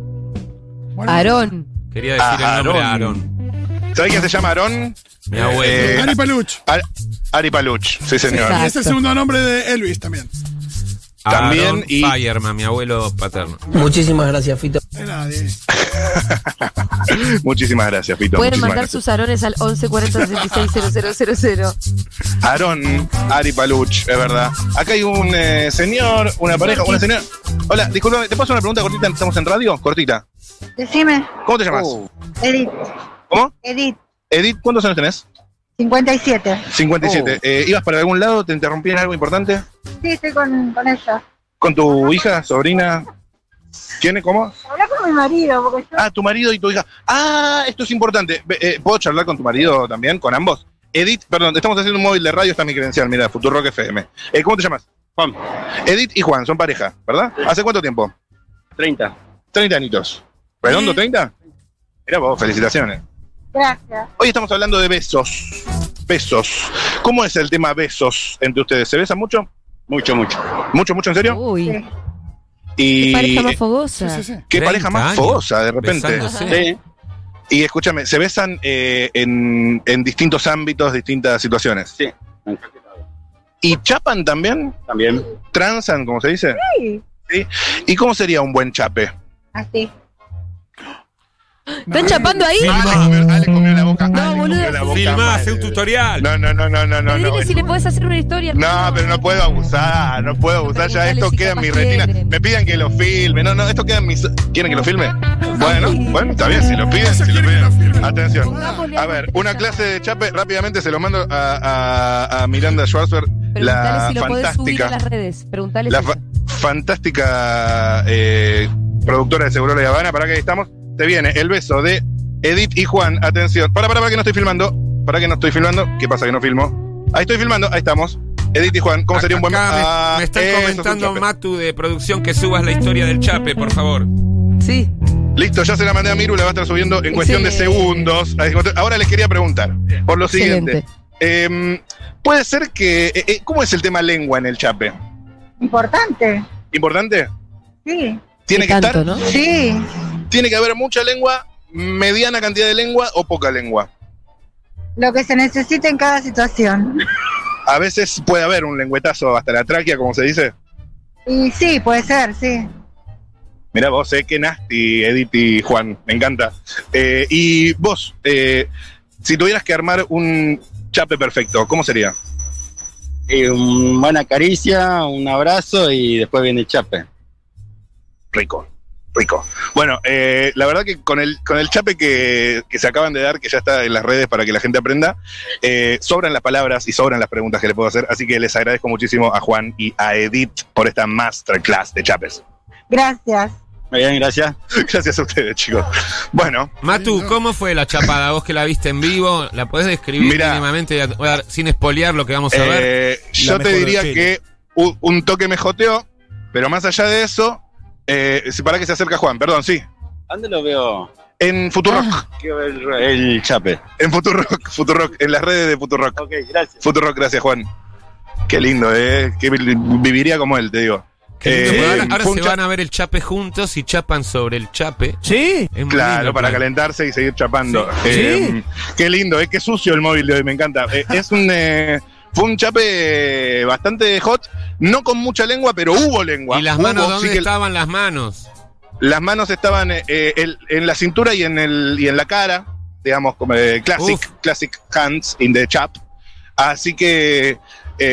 Bueno,
Aarón.
Quería decir
Ah,
el nombre
Aarón.
Aarón.
¿Sabés quién se llama Aarón?
Mi abuelo.
Eh,
Ari Paluch.
Ar- Ari Paluch, sí señor.
Exacto.
Y es el segundo nombre de Elvis también.
también
también y-
Fireman, mi abuelo paterno.
Muchísimas gracias, Fito.
De nadie.
Muchísimas gracias, Pito.
Pueden
muchísimas
mandar
gracias.
sus arones al 1140 66 000.
Aarón, Ari Paluch, es verdad. Acá hay un eh, señor, una pareja, una señora. Hola, disculpame, ¿te paso una pregunta cortita? ¿Estamos en radio? Cortita.
Decime,
¿Cómo te llamas?
Oh,
Edith,
¿Cómo?
Edith,
Edith, ¿cuántos años tenés?
57.
57. Eh, ¿Ibas para algún lado? ¿Te interrumpí en algo importante?
Sí, estoy con, con ella.
¿Con tu hija, sobrina? ¿Tiene cómo?
Habla con mi marido, porque yo.
Ah, tu marido y tu hija. Ah, esto es importante. Ve, eh, ¿Puedo charlar con tu marido también? ¿Con ambos? Edith, perdón, estamos haciendo un móvil de radio, está mi credencial, mira, Futuro Rock FM. Eh, ¿Cómo te llamas?
Juan.
Edith y Juan, son pareja, ¿verdad? ¿Hace cuánto tiempo?
30.
30 anitos. ¿Redondo 30? Mira vos, felicitaciones.
Gracias.
Hoy estamos hablando de besos. Besos. ¿Cómo es el tema besos entre ustedes? ¿Se besan mucho?
Mucho, mucho.
¿Mucho, mucho en serio?
Uy,
Sí.
Y,
qué pareja más
Sí,
fogosa.
sí, sí.
¿Qué
30
pareja más
años
fogosa de repente? Ah.
Besándose.
Sí.
Y escúchame, se besan eh, en, en distintos ámbitos, distintas situaciones.
Sí.
¿Y chapan también?
También.
¿Transan, como se dice?
Sí,
¿Y cómo sería un buen chape?
así.
¿Están chapando ahí?
Ale comió, Ale comió la boca.
No,
Ale
boludo.
comió la boca
Filmá,
mal.
hace un tutorial.
No, no, no, no, no, no.
Pero
No, eh.
dile si le podés hacer una historia.
No, pero no puedo abusar, no puedo abusar, ya esto
Preguntale si
queda en mi
capaz
retina.
quieren.
Me pidan que lo filme, no, no, esto queda en mis... ¿Quieren que lo filme? Bueno, bueno, está bien, si lo piden, si lo piden. Atención. A ver, una clase de chape, rápidamente se lo mando a, a- a Miranda Schwarzberg,
Preguntale
la
si lo podés subir
fantástica,
a las redes. Preguntale
la
eso.
fa- fantástica eh, productora de Seguro La Habana. Para que ahí estamos, te viene el beso de Edith y Juan. Atención, para, para, para que no estoy filmando, para que no estoy filmando. ¿Qué pasa que no filmo? Ahí estoy filmando, ahí estamos. Edith y Juan, ¿cómo sería un buen
Acá me-
Ah,
me, están
eso es un
comentando,
chape.
Matu, de producción, que subas la historia del Chape, por favor.
Sí.
Listo, ya se la mandé a Miru, la va a estar subiendo en cuestión de
Sí.
segundos. Ahora les quería preguntar por lo
Excelente.
siguiente. Em, puede ser que. eh, eh, ¿Cómo es el tema lengua en el chape?
Importante.
¿Importante?
Sí,
¿Tiene
Y
que
tanto,
estar? eh,
¿no?
sí.
¿Tiene que haber mucha lengua, mediana cantidad de lengua o poca lengua?
Lo que se necesita en cada situación.
A veces puede haber un lengüetazo hasta la tráquea, como se dice.
Y sí, puede ser, sí.
Mirá vos, eh, qué nasty, Edith y Juan, me encanta. Eh, y vos, eh, si tuvieras que armar un chape perfecto, ¿cómo sería?
Y un- una caricia, un abrazo y después viene el chape.
Rico. Rico. Bueno, eh, la verdad que con el, con el chape que, que se acaban de dar, que ya está en las redes para que la gente aprenda, eh, sobran las palabras y sobran las preguntas que le puedo hacer. Así que les agradezco muchísimo a Juan y a Edith por esta masterclass de chapes.
Gracias.
Muy bien, gracias.
Gracias a ustedes, chicos. Bueno.
Matu, ¿cómo fue la chapada? Vos que la viste en vivo, ¿la podés describir
Mirá.
mínimamente A ver, sin espolear lo que vamos a ver?
Eh,
La
yo te
mejor
diría
serie.
que un, un toque me joteó, pero más allá de eso, eh, para que se acerca Juan, perdón, sí.
¿Dónde lo veo?
En Futurock.
Ah.
Quiero ver el chape.
En Futurock, Futurock, en las redes de Futurock.
Ok, gracias.
Futurock, gracias Juan. Qué lindo, ¿eh? Que vi- viviría como él, te digo.
Qué lindo,
Eh,
ahora ahora
fue un
se
cha-
van a ver el chape juntos y chapan sobre el chape.
Sí.
Claro, para calentarse y seguir chapando.
Sí.
Eh, Qué lindo, es que sucio el móvil de hoy, me encanta. Eh, es un, eh, fue un chape bastante hot, no con mucha lengua, pero hubo lengua.
¿Y las
Hubo,
manos? ¿Dónde
sí que-
estaban las manos?
Las manos estaban eh, eh, el- en la cintura y en, el, y en la cara, digamos, como eh, classic,
Uf.
classic hands in the chap. Así que,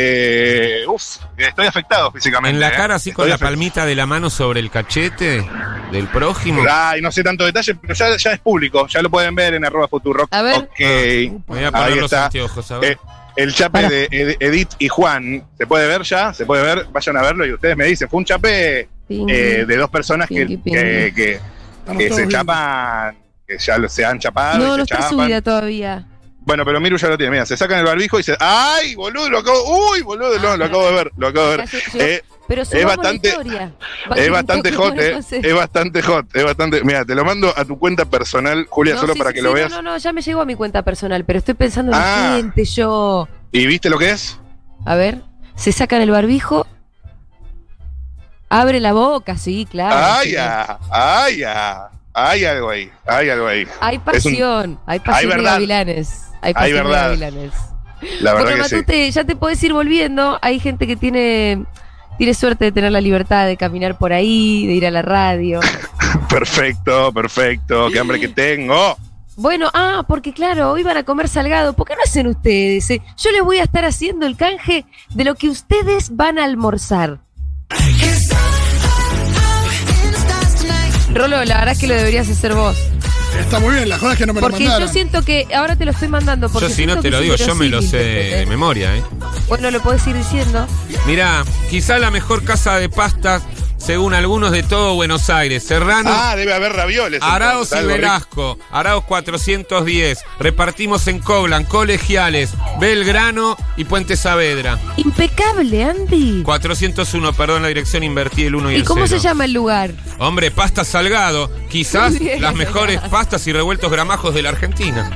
eh, uf, estoy afectado físicamente.
En la
eh.
cara así con
Estoy
la
afectado.
palmita de la mano sobre el cachete del prójimo.
Ay, no sé tanto detalle, pero ya, ya es público, ya lo pueden ver en arroba futurock.
A ver.
Ok.
Me voy a poner
Ahí
los
está.
anteojos, a ver.
Eh, el chape
Para.
de Ed- Edith y Juan, ¿se puede ver ya? ¿Se puede ver? Vayan a verlo y ustedes me dicen, fue un chape
Pingui,
eh, de dos personas que,
Pinky, pinky.
que, que-
Estamos
que
todos
se
bien.
chapan, que ya lo- se han chapado. y
no,
se
no está
chapan.
subida todavía.
Bueno, pero Miru ya lo tiene, mira, se sacan el barbijo y se... ¡Ay, boludo! Lo acabo, ¡Uy, boludo! No, lo acabo de ver, lo acabo de ver.
Acá se-
Eh,
Pero
es
subamos
bastante-
la historia. Va-
es bastante hot, eh.
No sé.
es bastante hot, es bastante... Mira, te lo mando a tu cuenta personal, Julia,
No,
solo
sí,
para
sí,
que
sí,
lo
no,
veas.
No, no, ya me llegó a mi cuenta personal, pero estoy pensando en
Ah.
la gente, yo.
¿Y viste lo que es?
A ver, se sacan el barbijo. Abre la boca, sí, claro.
¡Ay,
Ah, sí.
ya! ¡Ay, ya! Hay algo ahí, hay algo ahí.
Hay
Es un-
pasión, hay pasión de
verdad.
gavilanes. Hay
Hay
pasión de
verdad.
gavilanes.
La verdad
Bueno,
que sí.
Matute, ya te podés ir volviendo. Hay gente que tiene, tiene suerte de tener la libertad de caminar por ahí, de ir a la radio.
Perfecto, perfecto. Qué hambre que tengo.
Bueno, ah, porque claro, hoy van a comer salgado. ¿Por qué no hacen ustedes? eh? Yo les voy a estar haciendo el canje de lo que ustedes van a almorzar. Rolo, la verdad es que lo deberías hacer vos.
Está muy bien, la joda es que no me lo
Porque
mandaron.
yo siento que ahora te lo estoy mandando. Porque
Yo si no te
siento que
lo
es
digo, yo me lo sé
inverosímil,
de
¿entendés?
memoria, ¿eh?
Bueno, lo podés ir diciendo.
Mirá, quizá la mejor casa de pastas, según algunos de todo Buenos Aires. Serrano,
Ah, debe haber ravioles.
Araos
entonces,
y
algo rico.
Velasco, Araos 410. Repartimos en Coblan, Colegiales, Belgrano y Puente Saavedra.
Impecable, Andy.
401, perdón, la dirección invertí el 1 y,
¿Y
el
cómo se
cero.
llama el lugar?
Hombre, pasta salgado. Quizás
Muy bien.
las mejores pastas y revueltos gramajos de la Argentina.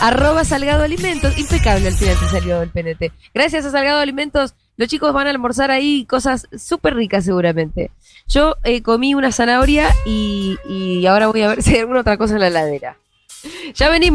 Arroba Salgado Alimentos. Impecable al final te salió el PNT. Gracias a Salgado Alimentos, los chicos van a almorzar ahí cosas súper ricas seguramente. Yo eh, comí una zanahoria y, y ahora voy a ver si hay alguna otra cosa en la heladera. Ya venimos.